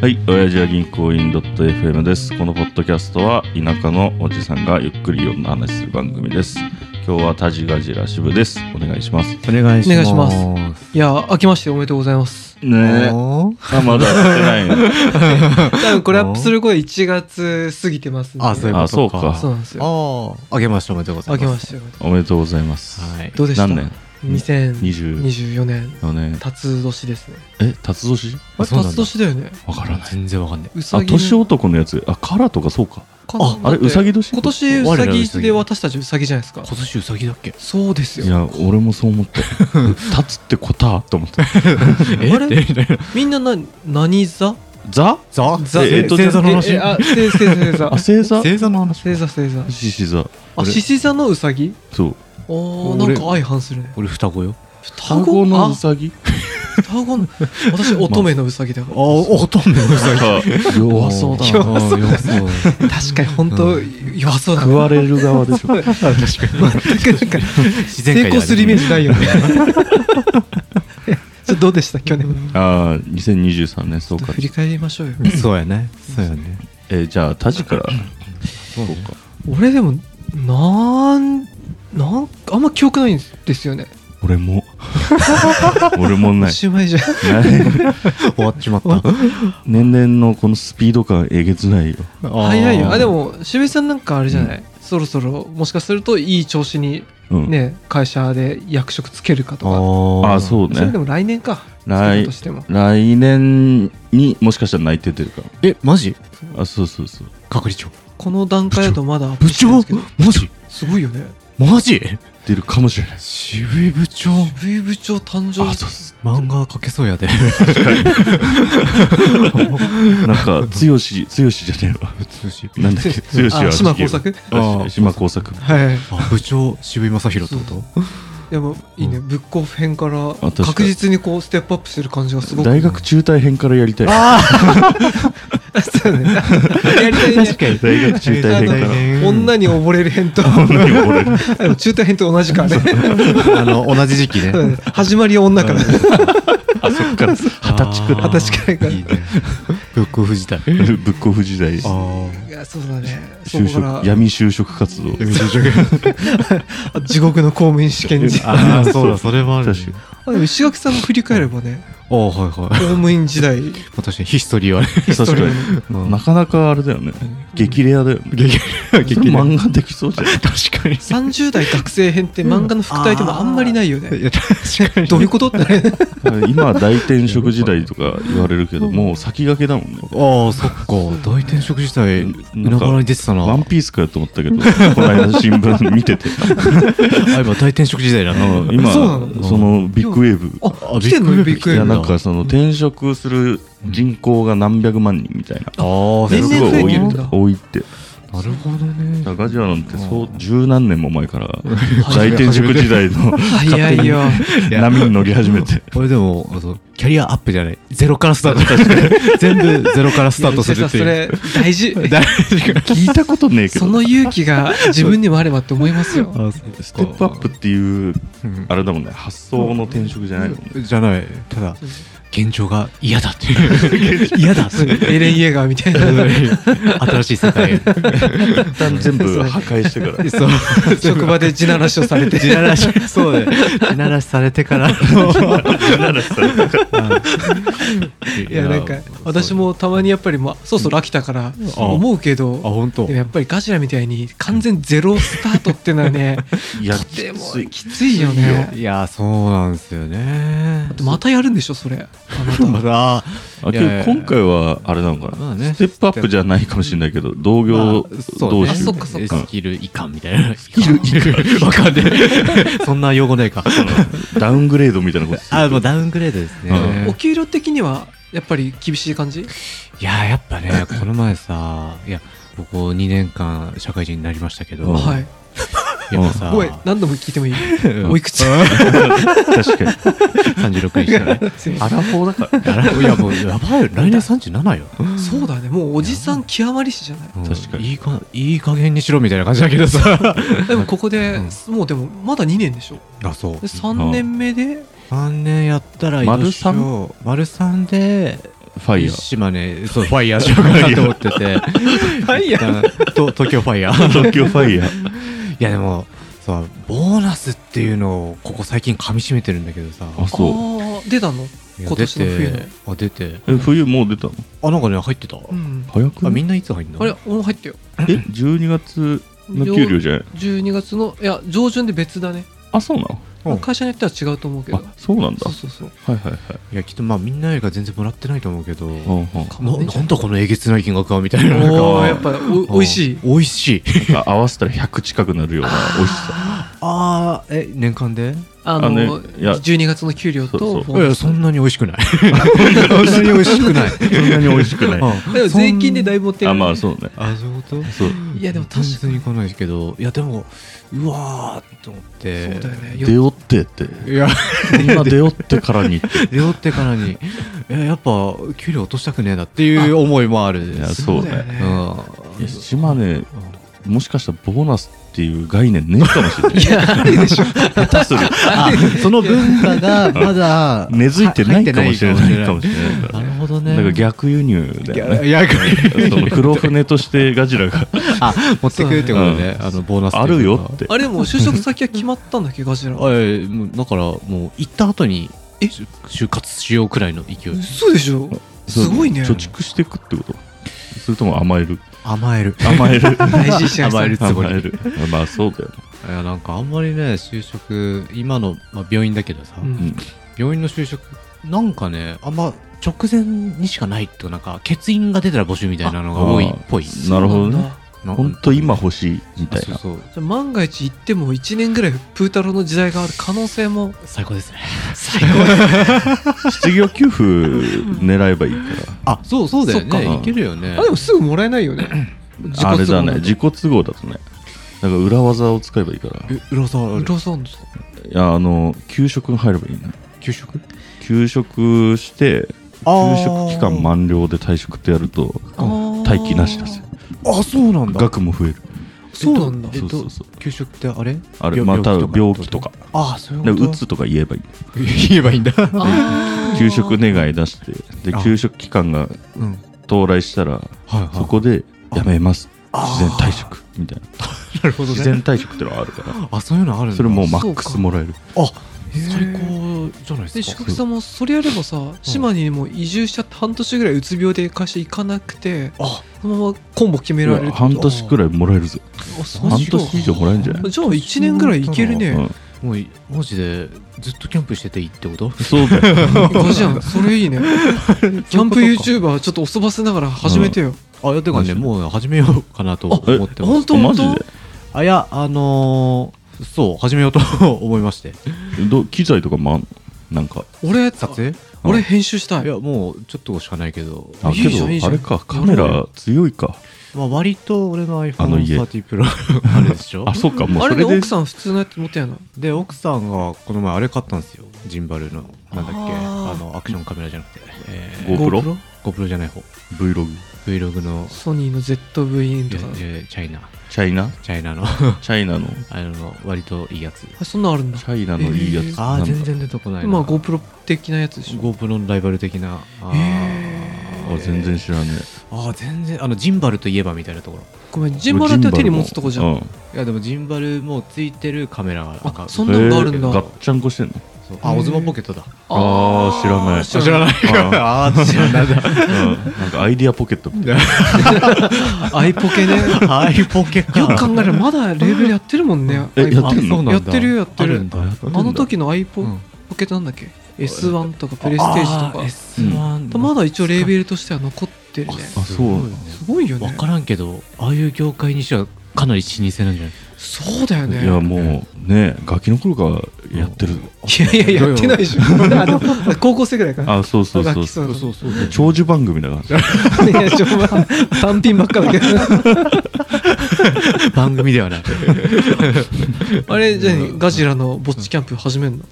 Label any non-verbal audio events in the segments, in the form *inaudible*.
はい、親父は銀行員 .fm です。このポッドキャストは田舎のおじさんがゆっくりいろんな話する番組です。今日はタジガジラ支部です。お願いします。お願いします。お願いしいや、明けましておめでとうございます。ねえ。おーあ、まだやってないね。*laughs* 多分これアップする頃1月過ぎてますんであ、そういうことか。あそうかそうなんですよ。ああ、あげましておめでとうござい明ます。けましておめでとおめでとうございます。はう。どい。うでした何年 ?20 ?2024 年、のね。辰年ですね。え、辰年あれ、そうなんだ辰年だよね。わからない。全然わかんない。うさあ、ぎの。年男のやつ。あ、カラとかそうか。かああれ、うさぎ年今年我うらさがうさぎぎで私たちうさぎじゃないですか今。年うさぎだっけそうですいよ。や、俺もそう *laughs* 思った。辰ってこたと思った。あれみたいな。みんなな何座ザザザえっと、え星座のえ話えあ、星座、星座あ、。星座星座の話星座、星座。獅子座。あ、獅子座のうさぎそう。おー、な俺んか相反するね。俺双子よ。双双子のあうさ *laughs* ぎ双子の。私、乙女のうさぎだかあらあ、。ほとんどうさ *laughs* ぎ。弱そうだな弱そう。弱そう。確かに本当弱そうだ食われる側 *laughs* でしょ全くなんか自然界成功するイメージない *laughs* よねちょっとどうでした去年ああ2023年そうか振り返りましょうよジ。 *laughs* そうやね。そうやね。えーじゃあタジからそうか俺でもなんなんあんま記憶ないんですよね俺 *laughs* も俺もおないしまいじゃんない終わっちまった。年々のこのスピード感えげつないよ早いよあで、も渋井さんなんかあれじゃないそろそろもしかするといい調子にうんね会社で役職つけるかとあかーあそうそれねでも来年かつけ来たとしても来年にもしかしたら内定出るかえ、マジもあそうそうそう係長。この段階だとまだ部長アッマプしてないんですジけどすごいよねマジ出るかもしれない渋い部長。渋井部長誕生あそうそ漫画描けそうやで。うなんか剛剛じゃねえわ *laughs* *laughs* 通信なんだっけ剛はあ島耕作ああ島耕作はいあ部長渋井正宏ってこでもいいね、ブックオフ編から確かに確実にこうステップアップしてる感じがすごく大学中退編からやりたいそう *laughs* ねやりたいね確かに大学中退編から女に溺れる編と女 *laughs* に溺れるあの中退編と同じかねとあの同じ時期ねそうね始まりは女から二十あそっ *laughs* から *laughs* 二十歳くらい二十歳くらいからいいねブックオフ時代ブックオフ時代ああいやそうだねそ就こか職ら闇就職活動あ地獄の公務員試験時代あーそうだそれもあるね確かにあでも石垣さんも振り返ればねあーはいは公務員時代い確かにヒストリーはね確かうにんなかなかあれだよね激レアだよね激それ漫画できそうじゃない確かに30代学生編って漫画の副題でもあんまりないよいねや確かにどういうことってね今は大転職時代とか言われるけどもう先駆けだもんねああそっか大転職時代なん裏か腹に出てたなワンピースかよと思ったけどこの間新聞見ててあ今大転職時代だあなの今そうなのそのビッグウェーブあ *laughs* 来てんのびっくりビッグウいェやーブなんかその転職する人口が何百万人みたいなああす全然ご増えい多いてるんみだたい多いってなるほどねガジュアなんてそう十何年も前から大転職時代の早いよ波に乗り始めてこれでもあのキャリアアップじゃないゼロからスタート *laughs* 全部ゼロからスタートするっていいうや哲也そ *laughs* 大れ大事事か *laughs* 聞いたことねえけどその勇気が自分にもあればって思いますよステップアップっていううんあれだもんね発想の転職じゃないもんねじゃないただそう現状が嫌だっていう *laughs* 嫌だってエレン・イエーガーみたいな新しい世界へ一旦全部破壊して *laughs* から *laughs* そう職場で地ならしをさ *laughs* れて地ならしそうね地ならしされてからの *laughs* いやなんか私もたまにやっぱりまあそうそう飽きたからあ思うけあど本当でもやっぱりガジラみたいに完全ゼロスタートっての *laughs* はねいやとてもきついきついよねいやそうなんですよねまたやるんでしょそれ *laughs* あなまただあけど今回はあれなのかまなあねステップアップじゃないかもしれないけど同業同あ士そっかそっかスキルいかんみたいな。スキルいかん。わかんねえ。 *laughs* そんな用語ないか。ダウングレードみたいなことあ、もうダウングレードですうんおね。給料的にはやっぱり厳しい感じいや、やっぱね、この前さ、いや、ここ2年間社会人になりましたけど、うんはいやっぱさ、ごめん何度も聞いてもいいうんおいくつ確かに36にしてね。アラフォーだからあ *laughs* らいや、もうやばいよ。来年37よ。 *laughs* そうだねもうおじさん極まりしじゃないうん確かにいいか。いい加減にしろみたいな感じだけどさ。でもここで、うもうでもまだ2年でしょ *laughs* あ、そうで。3年目で、 3年やったら丸一緒丸3で、ファイヤー。島根、そう、ファイヤーしようかなと思ってて。 *laughs* ファイヤーと東京ファイヤー。東京ファイヤー。いや、でも、そう、ボーナスっていうのを、ここ最近噛み締めてるんだけどさ。あ、そう。あー出たのいや今年の冬ね。出てあ、出て。え、冬もう出たのあ、なんかね、入ってた。うん早くあ、ないみんないつ入んのあれ俺も入ったよえ、12月の給料じゃない12月のいや上旬で別だねあ、そうなのうん会社によっては違うと思うけどあ、そうなんだそう。そうそうはいはいはい。いや、きっとまあ、みんなよりか全然もらってないと思うけど。うんうんななんだこのえげつない金額はみたいな。なんかおおやっぱお美味しい美味し *laughs* い。なんか合わせたら100近くなるような美味しさ。あー、え、年間でああののねいや12月の給料とそういそボーナや、スそんなに美味しくない。 *laughs* そんなに美味しくない。そんなに美味しくない。うんでも税金でだいぶ持って *laughs* るあ、まあそうね。あ、そういうことそう。いやでも確か全然行かないですけど、いや、でも、うわーと思って。そうだよね出よってって。いや、今出よってからにって。 *laughs* 出よってからに、えやっぱ、給料落としたくねえなっていう思いもある。いや、うそうだよね。ねん。いや島根、もしかしたらボーナスっていう概念ねえかもしれない。いやあるでしょ下手する。あその文化がまだ根付いてないかもしれないかもしれないからねなるほどね。なんか逆輸入だよね。いやいやその黒船としてガジラがあ、持ってくるってことね。あの、ボーナスあるよって。あれもう就職先は決まったんだっけガ *laughs* ジラあいやもうだから、もう、行った後に、え就活しようくらいの勢い。嘘でしょすごいねそう貯蓄していくってことそれとも甘える甘える。 *laughs* 甘える大事にしな甘さえいるつも甘り。えるまあそうだよねいや、なんかあんまりね、就職、今の、まあ、病院だけどさ、うんうん病院の就職、なんかね、あんま直前にしかないと、なんか、欠員が出たら募集みたいなのが多いっぽい。なるほどそうなんねだなほんと今欲しいみたいそうなそう。じゃあ万が一行っても1年ぐらいプータローの時代がある可能性も最高ですね。最高。失業給付狙えばいいか *laughs* あ、そうそうだよそっね。かいけるよねあ。でもすぐもらえないよねらあれだね自自己己都合だとねなんか裏技を使えばいいからえ、裏沢ある都合裏そうなんですかいやあの給食に入ればいいね給食給食して給あー食期間満了で退職ってやるとあー待機なしだぜあ、そうなんだ。額も増えるそうなんだえっとそうそうそう給食ってあれあれよまあ多分病気とか。ああ、そういうでことうつとか言えばいい *laughs* 言えばいいんだ。あー給食願い出してであ給食期間がうん。到来したらはいはい。そこでやめますあ自然退職みたいななるほど自ね。然退職ってのがあるからあ、そういうのあるんだ。それもうマまックスもらえるあ、最最高じゃないでです宿か。泊さんもそれやればさ島にもう移住しちゃって半年ぐらいうつ病で会社行かなくてあ、そのままコンボ決められるってこと半年くらいもらえるぜあそう半年以上もらえるんじゃないじゃあ1年ぐらいいけるうねんもういマジでずっとキャンプしてていいってことそうだ *laughs* よガジランそれ *laughs* いいねキャンプ YouTuber ちょっとおそばせながら始めてよあ、いや、てかマジね、でもう始めようかなとえ思ってまほんす。とマジあ、いや、あのー、そう、始めようと思いまして。でど機材とかもあんのなんか俺撮影い俺編集したいや、もうちょっとしかないけど、あいいけじゃんいいどじゃあんれかカメラ強いかまあ割と俺のあの家 iPhone30 *laughs* Pro あれでしょあそうかもうそあれねれで奥さん普通のやつ持ってやなで奥さんがこの前あれ買ったんですよジンバルのなんだっけああーのアクションカメラじゃなくて、え GoPro ー、GoPro じゃない方 Vlog Vlog のソニーの ZV-N いとやかいやチャイナチャイナチャイナの *laughs* チャイナのあの割といいやつあそんなんあるんだチャイナのいいやつあなんあだ全然出てこないなまあ GoPro 的なやつでしょ GoPro のライバル的なあへあ全然知らねあー全然あのジンバルといえばみたいなところごめんえジンバルって手に持つとこじゃんういやでもジンバルもついてるカメラがなんかあそんなのがあるんだえーガッチャンコしてんのそうあオズマポケットだあー知らない知 *laughs* らないいああー知ら *laughs* ないだうんなんかアイディアポケットみたいアイポケねアイポケか *laughs* よく考えたらまだレーベルやってるもんねえアイポやってんのあそうなんだやってるやってるあんだなあの時のアイポうんポケットなんだっけ S1 とかプレステージとかかまだ一応レーベルとしては残ってるね *laughs* あそうなんだすごいよわねからんけどああいう業界にしてはかなり老舗なんじゃないそうだよねいやもうねガキの頃からやってるいやいややってないでしょあでも高校生ぐらいかなあそうそう楽そう器そうそうそう長寿番組だから *laughs* いやちょまあ *laughs* 単品ばっかだけど *laughs* 番組ではないあれじゃあガジラのぼっちキャンプ始めんの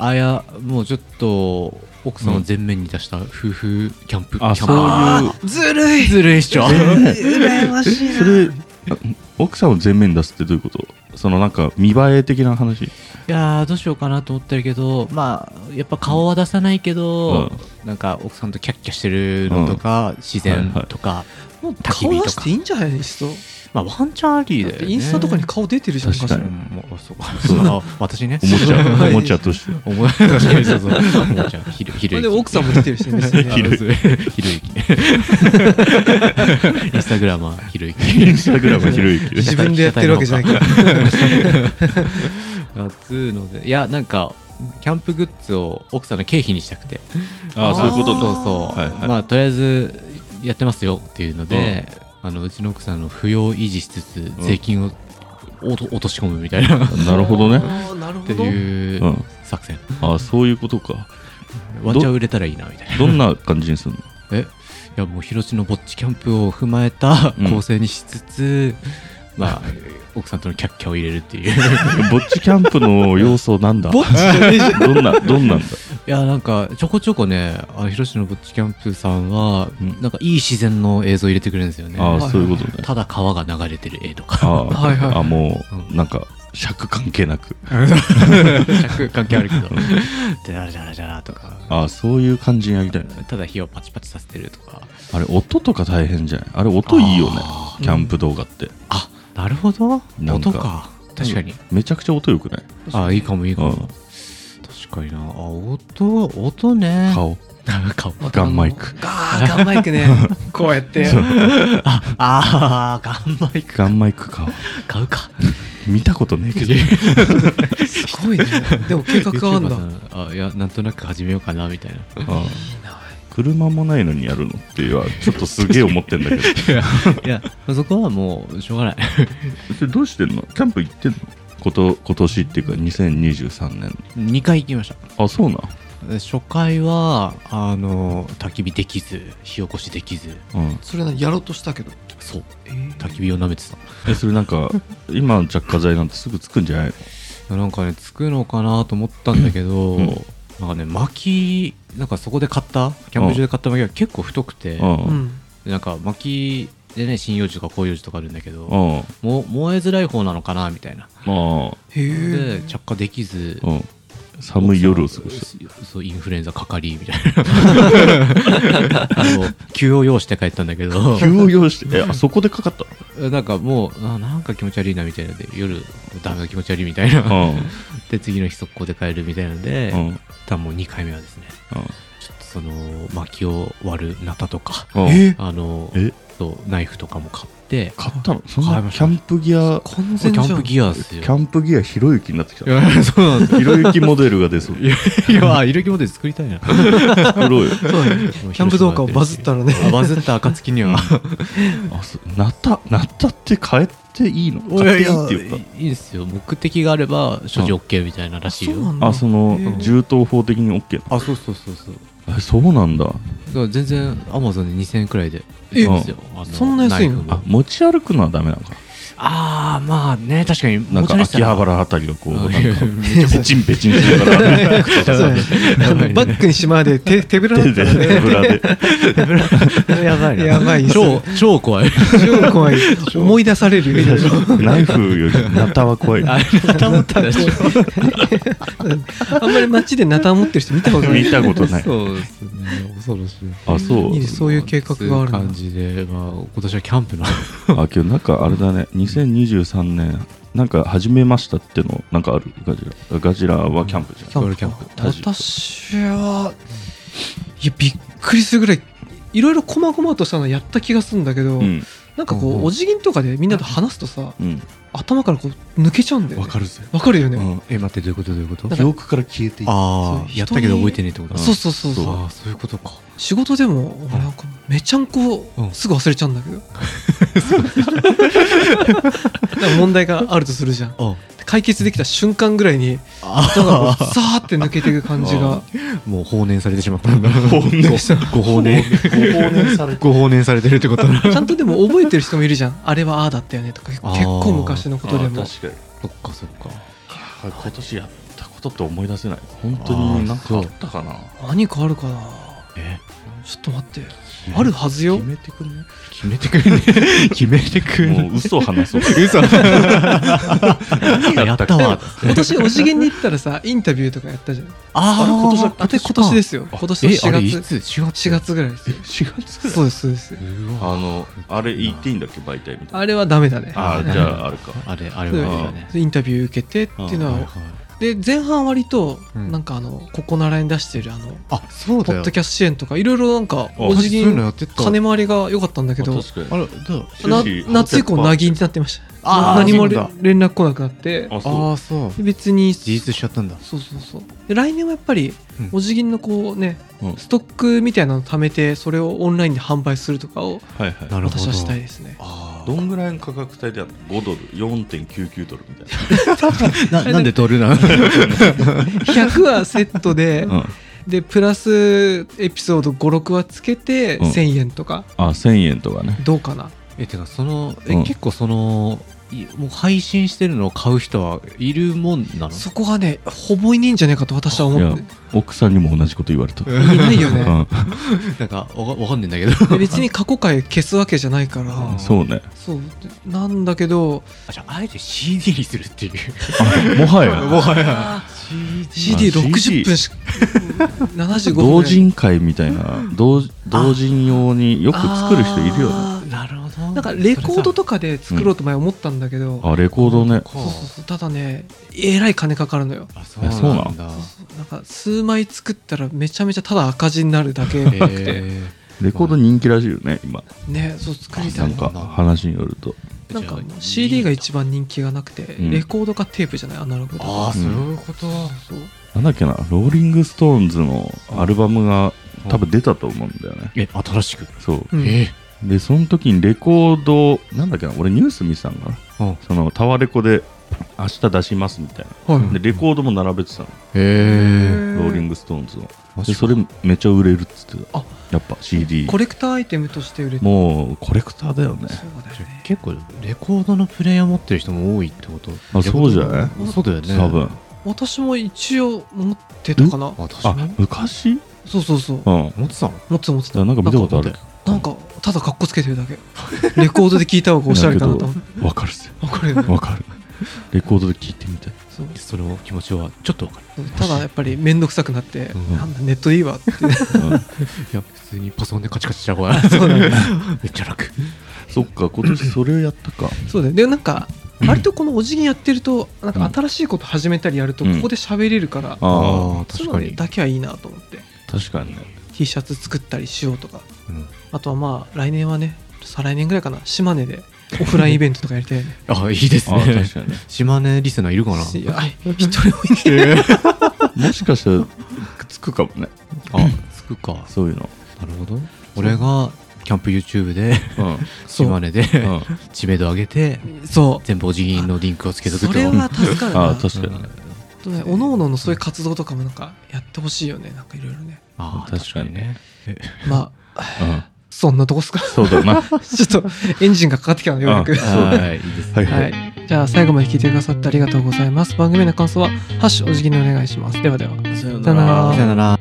あやもうちょっと奥さんを前面に出した夫婦キャンプ、あキャンプあそうずるい *laughs* ーずるいっしょ *laughs* 羨ましいいうそれあ奥さんを前面に出すってどういうことそのなんか見栄え的な話いやーどうしようかなと思ってるけどまあやっぱ顔は出さないけど、なんか奥さんとキャッキャしてるのとか、自然とか、もう焚き火顔とか出していいんじゃないいっそまあワンチャンありだだよってねインスタとかに顔出てるじゃん確かに昔うんもうそうかそうだ私ねおもち *laughs* ゃはいおもちゃとして思い出したそうそうおもちゃひるひまるあいでも奥さんも出てるしね別 *laughs* にねひるいひろゆきねインスタグラマーひろゆきインスタグラムひろゆきね自分でやってるわけじゃないからあつうのでいやなんかキャンプグッズを奥さんの経費にしたくてああそういうことそうかそう、はいはいまあとりあえずやってますよっていうので、あのうちの奥さんの扶養を維持しつつん税金をおと落とし込むみたいなっなるほどねあーなるほてどいううん作戦、ああそういうことかワンチャン売れたらいいなみたいなどんな感じにするのえいやもう広地のぼっちキャンプを踏まえたうん構成にしつつ、まあ奥さんとのキャッキャを入れるっていういぼっちキャンプの要素なんだぼっちじゃねえじゃんどんなどんなんだやなんかちょこちょこねあの広地のぼっちキャンプさんは、うんなんかいい自然の映像を入れてくれるんですよねあはいはあいそういうことねただ川が流れてる絵 *laughs* とかあはいはいああもううなんか尺関係なく尺関係あるけど、じゃらじゃらじゃらとか、ああそういう感じにやりたいねただ火をパチパチさせてるとか、あれ音とか大変じゃないあれ音いいよねあキャンプ動画ってあなるほど、なんか音か、確かに。めちゃくちゃ音良くないあいいかもいいかうもん。確かにな。あ、音、音ね。顔顔。ガンマイクあーガンマイクねこうやってああー、ガンマイク。ガンマイク顔買うか。見たことねえけどすごいねでも計画があんだ YouTuber さんあ、いや、なんとなく始めようかな、みたいな。うん車もないのにやるのっていうのはちょっとすげえ思ってんだけ *laughs* どいや、そこはもう、しょうがない。それどうしてんのキャンプ行ってんのこと今年っていうか2023年2回行きました。あそうなん初回は、あの、焚き火できず、火起こしできず、うんそれなやろうとしたけどそう、えー焚き火を舐めてた。えそれなん *laughs* か今の着火剤なんてすぐつくんじゃないいやなんかねつくのかなと思ったんだけど、うんなんかね薪なんかそこで買ったキャンプ場で買った薪が結構太くて、のううんんなんか薪でね針葉樹とか広葉樹とかあるんだけうど、んもう燃えづらい方なのかなみたいなまへでえ着火できずあ、うん、寒い夜を過ごしたそうインフルエンザかかりみたいな *laughs* あの急を要して帰ったんだけ *laughs* どた急を要してえあそこでかかったなんかもうあなんか気持ち悪いなみたいなので夜ダメだ気持ち悪いみたいな、のうん *laughs* で次の日速攻で帰るみたいなので、うんうん多分もう2回目はですねちょっとその薪を割るナタとか、うんえあのえそうナイフとかも買って、買ったのそん買いなましキたャンプギア完キ全じゃャんンプギアっすキよ。ャンプギアひろゆきになってきいたや *laughs* そうなんですひろゆきモデルが出そうよ。いや、いろきモデル作りた *laughs* いな。キ作ろうよそうだねキャンプ動画をバズったらねバズった暁には。あそなったなったって変えていいの買っていいって言っいいですよ。目的があれば、所持 OK みたいならしいそうなよ。んただあそのへー銃刀法的に OK あ、そうそうそうそう。だあそうなんだから全然、アマゾンで2000円くらいで。えいいですよあのそんな安いのナイフもあ持ち歩くのはダメなのかあー、まあね、確かに、なんか持ち出した秋ら葉原あたりをこうなんかうんペチンペチンしながらそうねあのバッグにしまわで手手ぶらだ *laughs* 手ったでら手ぶらでやばいなやばいっす *laughs* 超、超怖い。超怖い思い出されるよナイフよりナタは怖いあ持った *laughs* でしょ。 *laughs* あんまり街でナタ持ってる人見たことない見たことないそうですね。恐ろしい。あそういいねそういう計画があるんそだういう感じで、まあ、今年はキャンプの。あ今日なんかあれだね2023年なんか始めましたってのなんかあるガジラガジラはキャンプじゃキんャンプキャンプタジ私はいやびっくりするぐらいいろいろこまごまとしたのやった気がするんだけど、うんなんかこうんうんうお辞儀とかでみんなと話すとさうん頭からこう抜けちゃうんだよ、ね、わかるぜわかるよね、うんえ、待って、どういうことどういうことなん記か憶から消えていくあそあ、うやったけど覚えてねえってことんそうそうそうそうそああ、そういうことか。仕事でも俺なんかめちゃんこうんすぐ忘れちゃうんだけど、 *laughs* なんか問題があるとするじゃんあ解決できた瞬間ぐらいにあ頭が *laughs* こうさーって抜けていく感じがもう放念されてしまったんだ。放念ご放念。ご放念されてるってことな。ちゃんとでも覚えてる人もいるじゃんあ *laughs* れはああだったよねとか結あー構昔のことで確かもにそっかそっか。今年やったことって思い出せない本当になんかあったかな何かあるかなえちょっと待ってあるはずよめてくんね決めてくんね決めてくんもねう嘘を話 *laughs* そう。嘘やったわ今年お辞儀に行ったらさイ *laughs* ンタビューとかやったじゃんああれ今年だあれ今年ですすよ今年のえあれ4い月つ4月4月ぐらいですよ4月そうですそうですうわあの、あれ言っていいんだっけ、媒体みたいな。あれはダメだねあーじゃあ、あるか。あれあれそうはあれだね *laughs* インタビュー受けてっていうのはいははいで前半割とうんなんかあのここならに出してるあのあそうポだッよドキャスト支援とかいろいろなんかあお辞私儀そういうのやってた金回りが良かったんだけどあ確かあに。れだな終始夏以降800%なぎになってましたあー何もそうなん連絡来なくなってあ、そう。ああそうで別に自立しちゃったんだそうそうそうで来年はやっぱりうんお辞儀のこうねうんストックみたいなの貯めてそれをオンラインで販売するとかをはいはい。なるほど私はしたいですね *laughs* あどんぐらいの価格帯であるの ?5 ドル、4.99ドルみたいーななんで取るな100はセットで *laughs* な。うん。でプラスエピソード56はつけてうん1000円とかあ、1000円とか *laughs* ね。どうかな *laughs* えてかそのえ、うん結構そのいもう配信してるのを買う人はいるもんなのそこがねほぼいねえんじゃねえかと私は思いやって、奥さんにも同じこと言われた。いないようねん *laughs* なんかわかわかんねえんだけどで別に過去回消すわけじゃないからあそうね。そうなんだけどあじゃああえて CD にするっていうあもは *laughs* や。もはや CD CD60 分し75分同人会みたいな同同人用によく作る人いるよねあーなるほどなんかレコードとかで作ろうと前思ったんだけど、あレコードねかそうそうそうただねえらい金かかるのよあそうえそうなんだなんか数枚作ったらめちゃめちゃただ赤字になるだけ *laughs* えレコード人気らしいよね今ねそう作りたないんなか話によるとーなんじゃかあもう CD が一番人気がなくて、んレコードかテープじゃないアナログだああうそうんいうこと、そうなんだっけなローリング・ストーンズのアルバムが多分出たと思うんだよねえ新しく、そううんえでその時にレコードなんだっけな俺ニュース見てたんかなー、そのタワレコで明日出しますみたいはいなでレコードも並べてたのえー、ローリンググ・ストーンズのマジでかそれめちゃ売れるっつってたあやっぱ CD コレクターアイテムとして売れてもうコレクターだよねそうだよね結構レコードのプレイヤー持ってる人も多いってことあそうじゃないそうだよね多分私も一応持ってたかな私あも昔うんそうそうそうだか持ってたの持ってた持ってたらなんか見たことあるなんかただ格好つけてるだけレコードで聞いた方がおしゃれかなと思ってわかるっすよわかるよね *laughs* わかるレコードで聞いてみたいそうその気持ちはちょっとわかるただやっぱり面倒くさくなって、うんなんだネットでいいわってうん *laughs* いや普通にパソコンでカチカチしちゃうから *laughs* そうなんだめっちゃ楽そっか今年それをやったかそうだよでなんか割とこのお辞儀やってるとなんか新しいこと始めたりやるとこうんこで喋れるから、ああそういうのねだけはいいなと思って確かにね T シャツ作ったりしようとかうんあとはまあ来年はね再来年ぐらいかな島 *laughs* 根でオフラインイベントとかやりたいよねあいいですああね確かにね島根リスナーいるかないや一人もいねえー *laughs* もしかしたらくっつくかもねあつくかそういうのなるほど俺がキャンプ YouTube でうん *laughs* そう島根でうん知名度上げてえそ全部お辞儀のリンクをつけうとくとそれは助かるなああ確かにねとねおのおののそういう活動とかもなんかやってほしいよねなんかいろいろねあー確かにねまあうんそんなとこっすかそう *laughs* だなちょっとエンジンがかかってきたのようやくあ確かにねはいいいですねはいははいいじゃあ最後まで聞いてくださってありがとうございます番組への感想は「ハッシュお辞儀」にお願いしますではではさよならさよなら